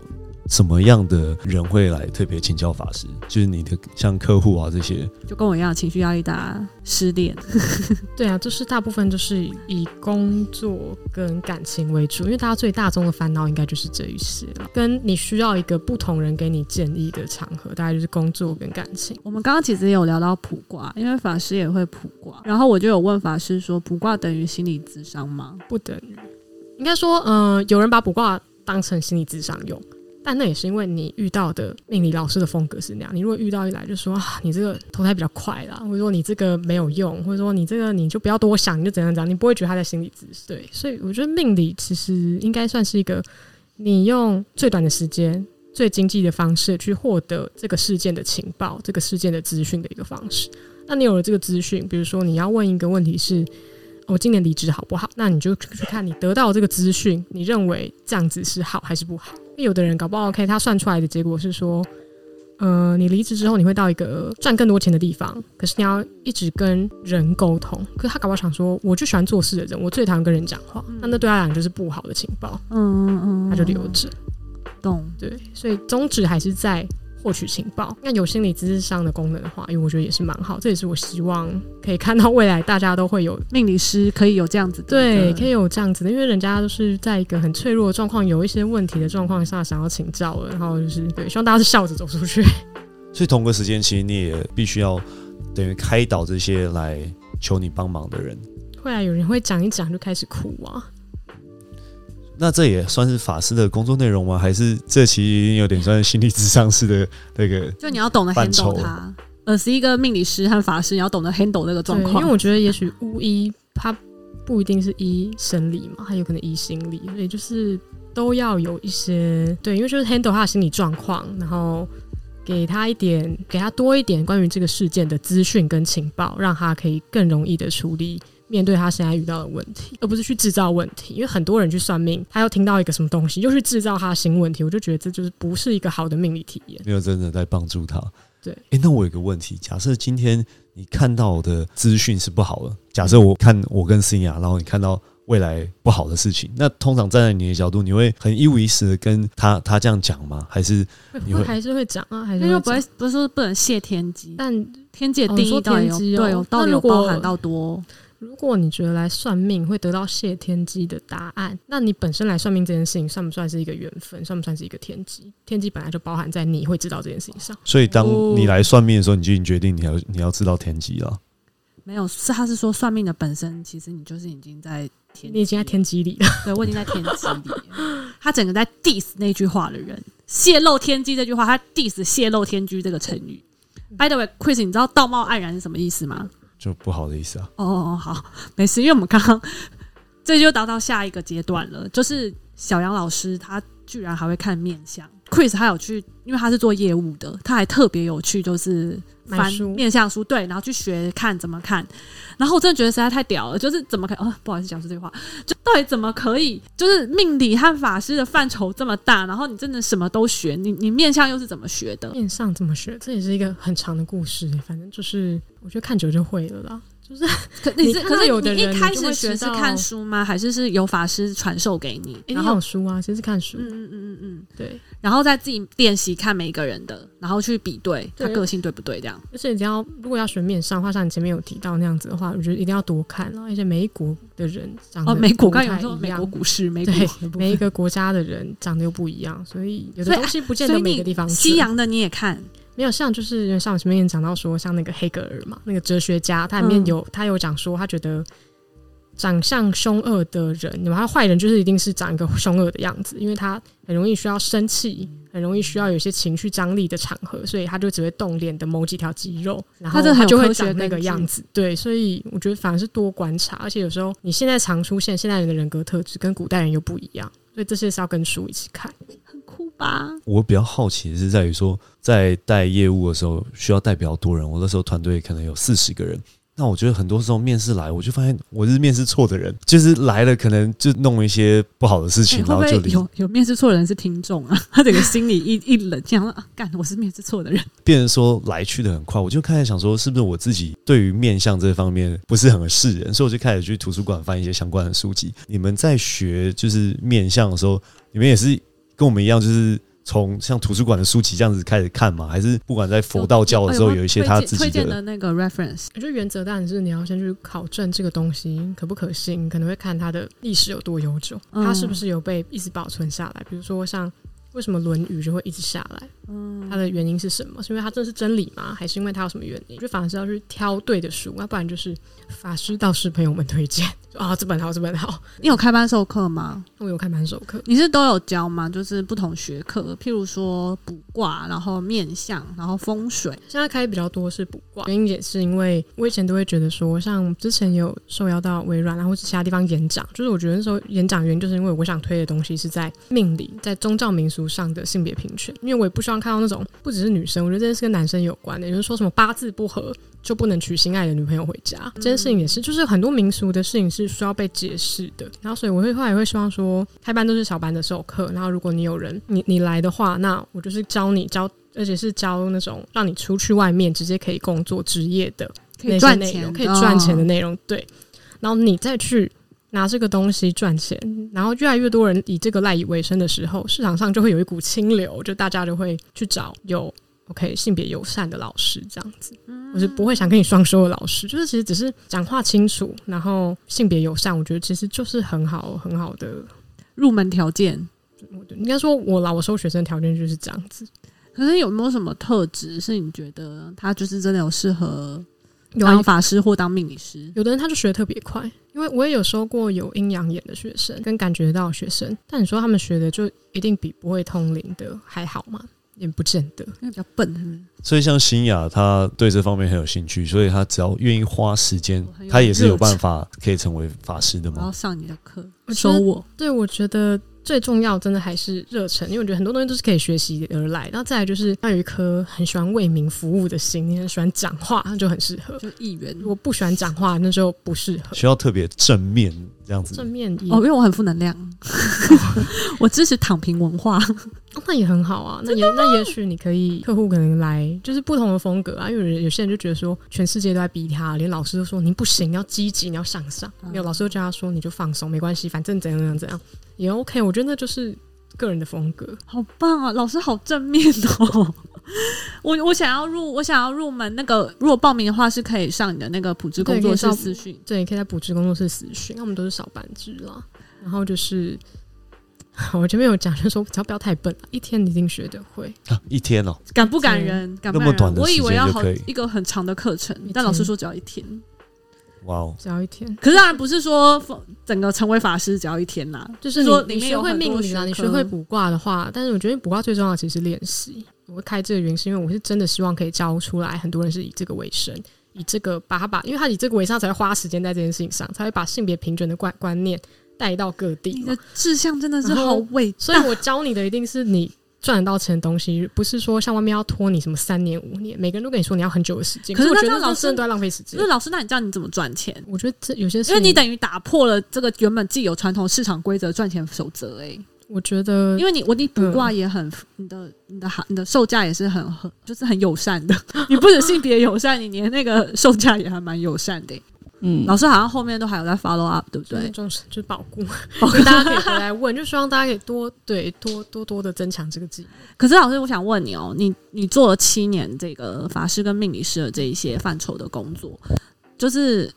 S2: 什么样的人会来特别请教法师？就是你的像客户啊这些，
S1: 就跟我一样，情绪压力大，失恋。
S3: 对啊，就是大部分就是以工作跟感情为主，因为大家最大宗的烦恼应该就是这一些了。跟你需要一个不同人给你建议的场合，大概就是工作跟感情。
S1: 我们刚刚其实也有聊到卜卦，因为法师也会卜卦，然后我就有问法师说，卜卦等于心理智商吗？
S3: 不等于，应该说，嗯、有人把卜卦当成心理智商用，但那也是因为你遇到的命理老师的风格是那样。你如果遇到一来就说啊，你这个投胎比较快啦，或者说你这个没有用，或者说你这个你就不要多想，你就怎样怎样，你不会觉得他在心理智商。对，所以我觉得命理其实应该算是一个你用最短的时间。最经济的方式去获得这个事件的情报、这个事件的资讯的一个方式。那你有了这个资讯，比如说你要问一个问题是：我今年离职好不好？那你就去看你得到这个资讯，你认为这样子是好还是不好？因为有的人搞不好 OK，他算出来的结果是说，呃，你离职之后你会到一个赚更多钱的地方，可是你要一直跟人沟通。可是他搞不好想说，我就喜欢做事的人，我最讨厌跟人讲话，那那对他来讲就是不好的情报，
S1: 嗯嗯嗯，
S3: 他就留着。
S1: 懂。
S3: 对，所以宗旨还是在获取情报。那有心理知识上的功能的话，因为我觉得也是蛮好，这也是我希望可以看到未来大家都会有
S1: 命理师可以有这样子的，
S3: 对，可以有这样子的，因为人家都是在一个很脆弱的状况，有一些问题的状况下想要请教了，然后就是对，希望大家是笑着走出去。
S2: 所以同个时间其实你也必须要等于开导这些来求你帮忙的人。
S3: 会啊，有人会讲一讲就开始哭啊，
S2: 那这也算是法师的工作内容吗？还是这其实已经有点算是心理智商式的 那个？
S1: 就你要懂得
S2: 范畴
S1: handle 它。呃，是一个命理师和法师，你要懂得 handle 这个状
S3: 对，因
S1: 况
S3: 为。我觉得也许巫医他不一定是医生理嘛，他有可能医心理，所以就是都要有一些对，因为就是 handle 他的心理状况，然后。给他一点，给他多一点关于这个事件的资讯跟情报，让他可以更容易的处理面对他现在遇到的问题，而不是去制造问题。因为很多人去算命，他又听到一个什么东西，又去制造他的新问题，我就觉得这就是不是一个好的命理体验。
S2: 没有真的在帮助他。
S3: 对
S2: 哎、那我有个问题，假设今天你看到的资讯是不好的，假设我看我跟思啊雅，然后你看到未来不好的事情，那通常站在你的角度，你会很一五一十的跟他他这样讲吗？还是你
S3: 会
S2: 会
S3: 还是会讲啊，还是
S1: 那就不
S3: 会
S1: 会
S3: 讲，
S1: 不是说不能谢天机，
S3: 但
S1: 天机的
S3: 哦
S1: 定
S3: 你说
S1: 义到底有、
S3: 天机哦
S1: 对有到底
S3: 那
S1: 有
S3: 如果
S1: 包含到多？
S3: 如果你觉得来算命会得到谢天机的答案，那你本身来算命这件事情算不算是一个缘分？算不算是一个天机？天机本来就包含在你会知道这件事情
S1: 哦
S3: 上。
S2: 所以当你来算命的时候，你就已经决定你要你要知道天机了。
S1: 没有，是他是说算命的本身，其实你就是已经在天，
S3: 你已经在，天机里了，
S1: 对我已经在天机里了。他整个在 diss 那句话的人，泄露天机这句话，他 diss 泄露天机这个成语。By the way，Chris，你知道道貌岸然是什么意思吗？
S2: 就不好的意思啊，
S1: 哦哦哦，好，没事，因为我们刚刚这就达到下一个阶段了，就是小杨老师他居然还会看面相，Chris 还有去，因为他是做业务的，他还特别有去就是
S3: 买
S1: 翻
S3: 书
S1: 面相书，对，然后去学看怎么看，然后我真的觉得实在太屌了，就是怎么 可啊，不好意思讲出这句话，就到底怎么可以，就是命理和法师的范畴这么大，然后你真的什么都学，你你面相又是怎么学的？
S3: 面上怎么学？这也是一个很长的故事、反正就是我觉得看久就会了啦。
S1: 可你是
S3: 你看
S1: 可
S3: 到
S1: 是
S3: 有的
S1: 你一
S3: 人
S1: 开
S3: 你就
S1: 始
S3: 会
S1: 学
S3: 知
S1: 是
S3: 道
S1: 看书吗？还是是有法师传授给你？
S3: 一
S1: 然
S3: 定
S1: 后
S3: 有书啊，其实看书。
S1: 嗯嗯嗯嗯嗯，
S3: 对，
S1: 然后再自己练习看每一个人的，然后去比对他
S3: 对
S1: 个性对不对这样。
S3: 而且你要如果要学面上的话，像你前面有提到那样子的话，我觉得一定要多看啦。而且每一国的人长得
S1: 哦，美股
S3: 不
S1: 刚有
S3: 太
S1: 说
S3: 一
S1: 美
S3: 样
S1: 国股市，美股
S3: 对
S1: 的部分
S3: 每一个国家的人长得又不一样，所以有的
S1: 所以
S3: 东西不见
S1: 所
S3: 得
S1: 以
S3: 每个地方
S1: 你
S3: 准
S1: 西洋的你也看，
S3: 没有像就是像我前
S1: 嗯
S3: 面也讲到说，像那个黑格尔嘛，那个哲学家，他里面有、他有讲说，他觉得长相凶恶的人，然后坏人就是一定是长一个凶恶的样子，因为他很容易需要生气，很容易需要有一些情绪张力的场合，所以他就只会动脸的某几条肌肉，然后
S1: 他这很
S3: 他
S1: 有
S3: 就会
S1: 科学
S3: 长那个
S1: 根据
S3: 样子。对，所以我觉得反而是多观察，而且有时候你现在常出现现代人的人格特质跟古代人又不一样，所以这些是要跟书一起看。
S1: 很酷吧？
S2: 我比较好奇的是在于说，在带业务的时候需要带比较多人，我那时候团队可能有四十个人。那我觉得很多时候面试来，我就发现我是面试错的人，就是来了可能就弄一些不好的事
S1: 哎
S2: 情，
S1: 会
S2: 然
S1: 不
S2: 后就
S1: 会
S2: 离
S1: 有有面试错的人是听众啊？他整个心里一一冷，想说啊，干，我是面试错的人。
S2: 变成说来去的很快，我就开始想说，是不是我自己对于面相这方面不是很是人，所以我就开始去图书馆翻一些相关的书籍。你们在学就是面相的时候，你们也是跟我们一样，就是从像图书馆的书籍这样子开始看吗？还是不管在佛道教的时候，
S1: 哎
S2: 哦有一些他自
S1: 推
S2: 己
S1: 荐推荐
S2: 的
S1: 的那个 reference，
S3: 我觉得原则当然是你要先去考证这个东西可不可信，可能会看它的历史有多悠久，
S1: 嗯
S3: 它是不是有被一直保存下来。比如说像为什么《论语》就会一直下来，
S1: 嗯
S3: 它，的原因是什么？是因为它真的是真理吗？还是因为它有什么原因？就反而是要去挑对的书，要不然就是法师、道士朋友们推荐就啊，这本好，这本好。
S1: 你有开班授课吗？
S3: 我有看满手课，
S1: 你是都有教吗？就是不同学科，譬如说卜卦，然后面相，然后风水。
S3: 现在开比较多是卜卦，原因也是因为我以前都会觉得说，像之前也有受邀到微软啊，或是其他地方演讲，就是我觉得那时候演讲原因就是因为我想推的东西是在命理、在宗教民俗上的性别平权，因为我也不希望看到那种不只是女生，我觉得这件事跟男生有关的，也就是说什么八字不合就不能娶心爱的女朋友回家，这件事情也是，就是很多民俗的事情是需要被解释的。然后所以我会后来会希望说，开班都是小班的授课，然后如果你有人你你来的话，那我就是教你教。而且是教那种让你出去外面直接可以工作职业的
S1: 可
S3: 那
S1: 以
S3: 些
S1: 赚
S3: 内
S1: 钱哦
S3: 容，
S1: 的，
S3: 可以赚钱的内容，对。然后你再去拿这个东西赚钱，然后越来越多人以这个赖以为生的时候，市场上就会有一股清流，就大家就会去找有 OK 性别友善的老师这样子，
S1: 嗯
S3: 我是不会想跟你双收的老师，就是其实只是讲话清楚，然后性别友善，我觉得其实就是很好很好的。
S1: 入门条件。
S3: 我应该说我啦，我收学生条件就是这样子。
S1: 可是有没有什么特质是你觉得他就是真的有适合
S3: 有啊
S1: 当法师或当命理师？
S3: 有的啊人他就学得特别快，因为我也有收过有阴阳眼的学生跟感觉到的学生，但你说他们学的就一定比不会通灵的还好吗？也不见得。
S1: 因为比较笨，是不是
S2: 所以像新雅，她对这方面很有兴趣，所以她只要愿意花时间
S1: 我很，有
S2: 她也是有办法可以成为法师的
S1: 我要
S3: 哦
S2: 吗？
S1: 上你的课，
S3: 我觉
S1: 收
S3: 得
S1: 我。
S3: 对，我觉得最重要真的还是热忱，因为我觉得很多东西都是可以学习而来。然后再来就是要有一颗很喜欢为民服务的心，你很喜欢讲话，那就很适合；
S1: 就议员
S3: 如果不喜欢讲话，那就不适合。
S2: 需要特别正面这样子
S3: 正，面也
S1: 哦，因为我很负能量， 我支持躺平文化。
S3: 哦那也很好啊。那也那也许你可以，客户可能来就是不同的风格啊，因为有人有些人就觉得说全世界都在逼他，连老师都说你不行，你要积极，你要向上。
S1: 嗯
S3: 没有老师就叫他说你就放松，没关系，反正怎样怎样怎样也 OK。我觉得那就是个人的风格。
S1: 好棒啊！老师好正面哦。 我我想要入我想要入门那个，如果报名的话是可以上你的那个普职工作室
S3: 对可以上
S1: 私讯。
S3: 对，你可以在补职工作室私讯，那我们都是少班制啦。然后就是。 我前面有讲，就是说只要不要太笨啊，一天你一定学得会。
S2: 啊一天哦，
S1: 感不感人？感不感
S2: 那
S1: 人？
S2: 么短的
S1: 我以为要
S2: 时间就
S1: 好
S2: 可以
S1: 一个很长的课程
S3: 一天，
S1: 但老师说只要一天。
S2: 哇哦，
S3: 只要一天，
S1: 可是当然不是说整个成为法师只要一天啦，
S3: 就是是
S1: 说里
S3: 你你
S1: 面
S3: 学
S1: 有
S3: 会
S1: 很多
S3: 命理啦，
S1: 学
S3: 你学
S1: 科
S3: 会卜卦的话，但是我觉得卜卦最重要的其实是练习。我会开这个原因是因为我是真的希望可以教出来很多人是以这个为生，以这个把它把，因为他以这个为生，他才会花时间在这件事情上，才会把性别平等的观观念带到各地
S1: 你
S3: 嘛
S1: 的。志向真的是
S3: 嗯然后
S1: 好伟大。
S3: 所以我教你的一定是你赚得到钱的东西，不是说像外面要拖你什么三年五年，每个人都跟你说你要很久的时间。
S1: 可是
S3: 我
S1: 那
S3: 觉
S1: 这
S3: 得
S1: 样老
S3: 那真
S1: 师
S3: 的都在浪费时间
S1: 那。老师，那你这样你怎么赚钱？
S3: 我觉得这有些事
S1: 因
S3: 情，
S1: 为你等于打破了这个原本既有传统市场规则赚钱守则哎、
S3: 我觉得
S1: 因为你我你卜卦也很，你的你的行你的售价也是很很就是很友善 的，你不止性别友善，你连那个售价也还蛮友善的欸、
S4: 嗯，
S1: 老师好像后面都还有在 follow up，对不
S3: 就是
S1: 对？
S3: 重视就是保 固，所以大家可以回来问，就希望大家可以多对多多多的增强这个技能。
S1: 可是老师，我想问你哦，你你做了七年这个法师跟命理师的这一些范畴的工作，就是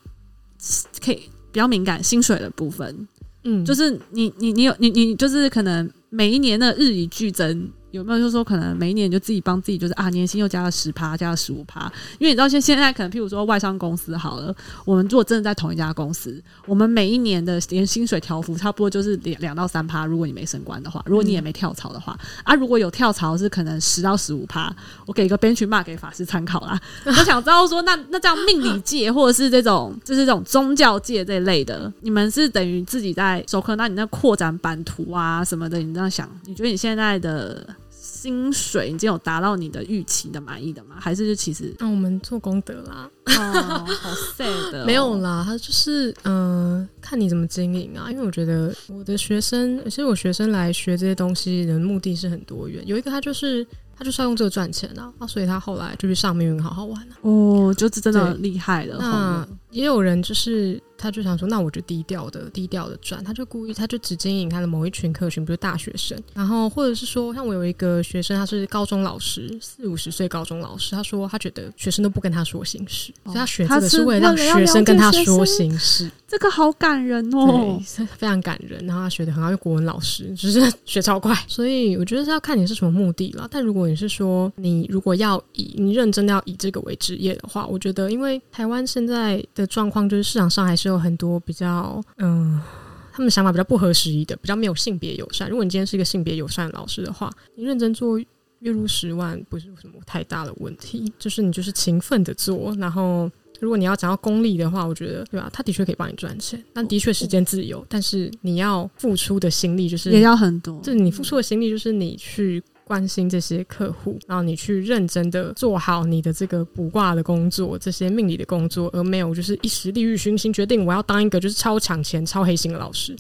S1: 可以比较敏感薪水的部分，
S3: 嗯，
S1: 就是是你你你有你你就是可能每一年的日以剧增，有没有就是说可能每一年就自己帮自己就是啊年薪又加了十趴，加了十五趴？因为你知道现现在可能譬如说外商公司好了，我们如果真的在同一家公司，我们每一年的年薪水调幅差不多就是两两到三趴，如果你没升官的话，如果你也没跳槽的话，啊如果有跳槽是可能十到十五趴，我给一个 benchmark 给法师参考啦。 我想知道说，那那这样命理界或者是这种就是这种宗教界这一类的，你们是等于自己在授课，那你那扩展版图啊什么的，你这样想，你觉得你现在的薪水已经有达到你的预期的满意的吗？还是就其实
S3: 嗯那、我们做功德啦，
S1: 哦，好 sad 的、
S3: 没有，啦，他就是嗯、呃看你怎么经营啊。因为我觉得我的学生，其实我学生来学这些东西的目的是很多元。有一个他就是他就是要用这个赚钱啊，啊，所以他后来就去上命运好好玩啊。
S1: 哦，就是真的厉害了，后
S3: 那
S1: 面
S3: 也有人就是他就想说，那我就低调的低调的赚，他就故意他就只经营他的某一群客群，比如大学生，然后或者是说，像我有一个学生，他是高中老师，四五十岁高中老师，他说他觉得学生都不跟他说心事，
S1: 哦
S3: 所以他学
S1: 他
S3: 这个
S1: 是
S3: 是
S1: 为
S3: 为了让
S1: 了要
S3: 学生跟
S1: 了
S3: 他
S1: 解学
S3: 说
S1: 生
S3: 心事，
S1: 这个好感人哦
S3: 对，。是非常感人，然后他学的很好，又国文老师，只、是学超快， 所以我觉得是要看你是什么目的啦。但如果你是说你如果要以你认真的要以这个为职业的话，我觉得因为台湾现在的状况就是市场上还是有很多比较嗯。他们想法比较不合时宜的，比较没有性别友善。如果你今天是一个性别友善的老师的话，你认真做月入十万不是什么太大的问题，就是你就是勤奋的做，然后。如果你要讲到功利的话，我觉得对吧、他的确可以帮你赚钱，那的确时间自由，但是你要付出的心力就是
S1: 也要很多，
S3: 就是你付出的心力，就是你去关心这些客户，然后你去认真的做好你的这个卜卦的工作，这些命理的工作，而没有就是一时利欲熏心，决定我要当一个就是超抢钱、超黑心的老师。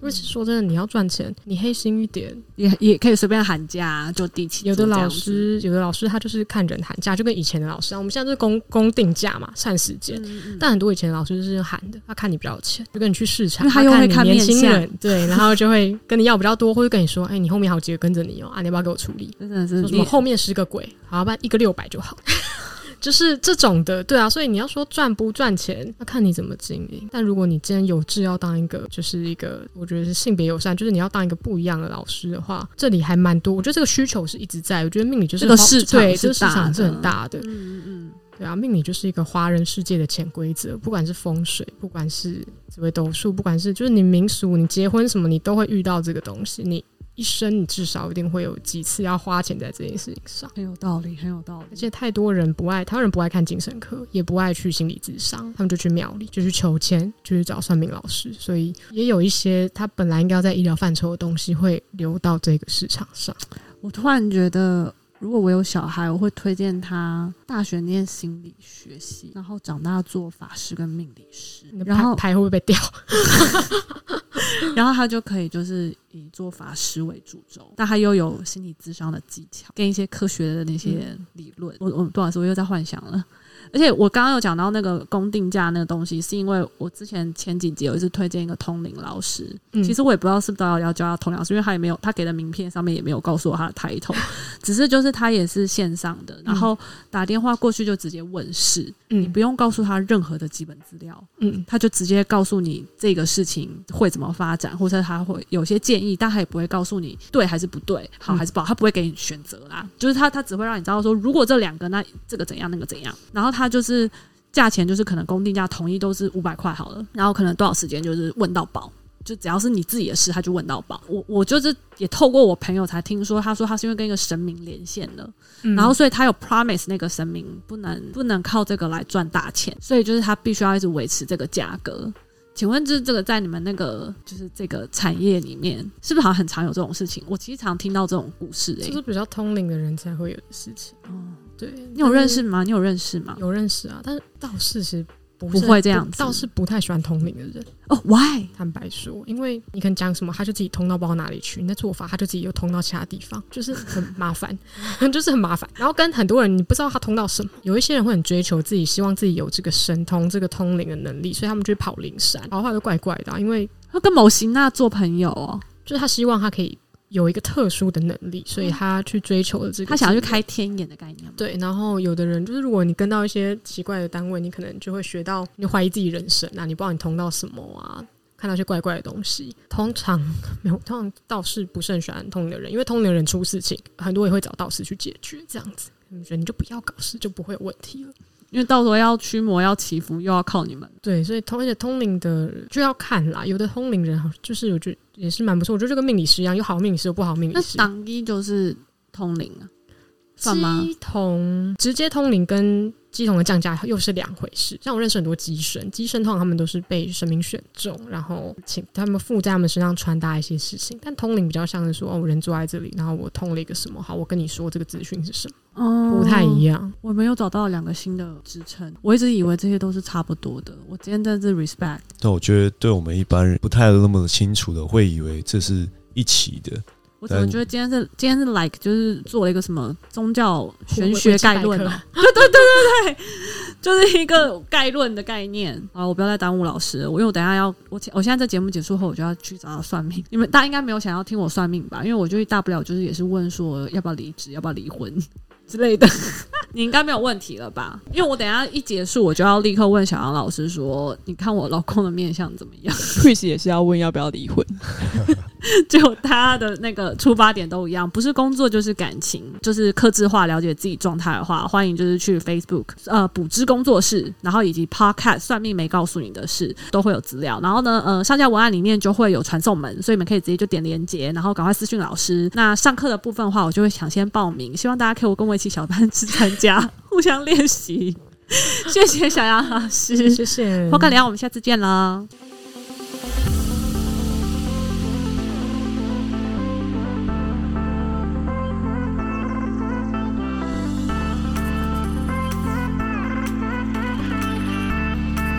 S3: 因为其实说真的，你要赚钱，你黑心一点，
S1: 也也可以随便喊价啊就地起
S3: 有
S1: 做
S3: 的
S1: 这
S3: 老
S1: 样子
S3: 师，有的老师他就是看人喊价，就跟以前的老师啊，我们现在就是公公定价嘛，算时间。
S1: 嗯嗯
S3: 但很多以前的老师就是喊的，他看你比较有钱，就跟你去市场，
S1: 因为他又会看
S3: 看你
S1: 面
S3: 年轻
S1: 相
S3: 人，对，然后就会跟你要比较多，或者跟你说，哎、你后面好几个跟着你哦，啊，你要不要给我处理？
S1: 真的
S3: 说
S1: 是
S3: 什么后面十个鬼，好，不然一个六百就好。就是这种的，对啊，所以你要说赚不赚钱，那看你怎么经营。但如果你今天有志要当一个，就是一个，我觉得是性别友善，就是你要当一个不一样的老师的话，这里还蛮多。我觉得这个需求是一直在，我觉得命理就是
S1: 这个
S3: 包
S1: 市场
S3: 对
S1: 是
S3: 这个市
S1: 大
S3: 场是
S1: 的
S3: 很大的，
S1: 嗯嗯
S3: 对啊，命理就是一个华人世界的潜规则，不管是风水，不管是紫微斗数，不管是就是你民俗，你结婚什么，你都会遇到这个东西。你一生你至少一定会有几次要花钱在这件事情上。
S1: 很有道理，很有道
S3: 而
S1: 理。
S3: 且太多人不爱，台湾人不爱看精神科，也不爱去心理咨商，他们就去庙里，就去求签，就去找算命老师。所以也有一些他本来应该要在医疗范畴的东西，会流到这个市场上。
S1: 我突然觉得，如果我有小孩，我会推荐他大学念心理学系，然后长大做法师跟命理师
S3: 你，的
S1: 然后
S3: 牌牌会不会被掉？
S1: 然后他就可以就是以做法师为主轴，但他又有心理智商的技巧，跟一些科学的那些理论。我我不好意思，我又在幻想了。而且我刚刚有讲到那个公定价那个东西，是因为我之前前几集有一次推荐一个通灵老师，
S3: 嗯
S1: 其实我也不知道是不是要要叫他童养师，因为他也没有他给的名片上面也没有告诉我他的 title，只 是就是他也是线上的，然后打电话过去就直接问事，你
S3: 嗯
S1: 不用告诉他任何的基本资料，
S3: 嗯，
S1: 他就直接告诉你这个事情会怎么发展，或者他会有些建议，但他也不会告诉你对还是不对，好
S3: 嗯
S1: 还是不好，他不会给你选择啦，就是他他只会让你知道说，如果这两个那这个怎样那个怎样，然后他就是价钱就是可能公定价统一都是五百块好了，然后可能多少时间就是问到饱。就只要是你自己的事，他就问到饱。我我就是也透过我朋友才听说，他说他是因为跟一个神明连线的，
S3: 嗯
S1: 然后所以他有 promise 那个神明不能不能靠这个来赚大钱，所以就是他必须要一直维持这个价格。请问，就是这个在你们那个就是这个产业里面，是不是好像很常有这种事情？我其实常听到这种故事欸诶、
S3: 这是比较通灵的人才会有的事情。
S1: 哦
S3: 对，
S1: 你有
S3: 但是
S1: 认识吗？你有认识吗？
S3: 有认识啊，但是道士其实不
S1: 不
S3: 是
S1: 会这样子
S3: 道士不太喜欢通灵的人。
S1: 哦、w h y
S3: 坦白说，因为你可能讲什么，他就自己通到不知道哪里去；你在做法，他就自己又通到其他地方， 就是很麻烦， 就是很麻烦。然后跟很多人，你不知道他通到什么。有一些人会很追求自己，希望自己有这个神通、这个通灵的能力，所以他们就去跑灵山，跑后来就怪怪的啊、因为
S1: 他跟某型娜做朋友哦，
S3: 就是他希望他可以有一个特殊的能力，所以他去追求了这个。
S1: 他想要去开天眼的概念吗？
S3: 对，然后有的人就是，如果你跟到一些奇怪的单位，你可能就会学到，你怀疑自己人生啊，你不知道你通到什么啊。看到一些怪怪的东西。通常没有，通常道士不是很喜欢通灵的人，因为通灵的人出事情，很多也会找道士去解决，这样子。我觉得你就不要搞事，就不会有问题了。
S1: 因为到时候要驱魔、要祈福，又要靠你们。
S3: 对，所以通而且通灵的就要看啦，有的通灵人好就是我觉得也是蛮不错，我觉得就跟命理师一样，有好命理师，有不好命理
S1: 那
S3: 师。
S1: 党一就是通灵啊，算吗
S3: 鸡同直接通灵跟鸡同的降价又是两回事。像我认识很多鸡神，鸡神通常他们都是被神明选中，然后请他们附在他们身上传达一些事情。但通灵比较像是说，哦，我人坐在这里，然后我通了一个什么，好，我跟你说这个资讯是什么，
S1: 哦
S3: 不太一。样。
S1: 我没有找到两个新的职称，我一直以为这些都是差不多的。我今天真的是 respect，
S2: 但我觉得对我们一般人不太那么清楚的，会以为这是一起的。
S1: 我怎么
S2: 但
S1: 觉得今天是今天是 like 就是做了一个什么宗教玄
S3: 我
S1: 学
S3: 维基
S1: 概
S3: 百
S1: 论
S3: 科
S1: 哦、对对对对对，就是一个概论的概念。好，我不要再耽误老师了，我因为我等一下要我我现在在节目结束后我就要去找他算命。你们大家应该没有想要听我算命吧？因为我就大不了就是也是问说要不要离职，要不要离婚。之类的， 你应该没有问题了吧？因为我等一下一结束，我就要立刻问小杨老师说：“你看我老公的面相怎么样？”
S4: Chris 也是要问要不要离婚，
S1: 就大家的那个出发点都一样，不是工作就是感情，就是克制化了解自己状态的话，欢迎就是去 Facebook 呃补知工作室，然后以及 Podcast 算命没告诉你的事都会有资料。然后呢，呃，上架文案里面就会有传送门，所以你们可以直接就点连接，然后赶快私讯老师。那上课的部分的话，我就会抢先报名，希望大家可以跟我一起小班制参 加，互相练习。谢谢小杨老师，
S3: 谢谢。
S1: 我跟聊，我们下次见啦。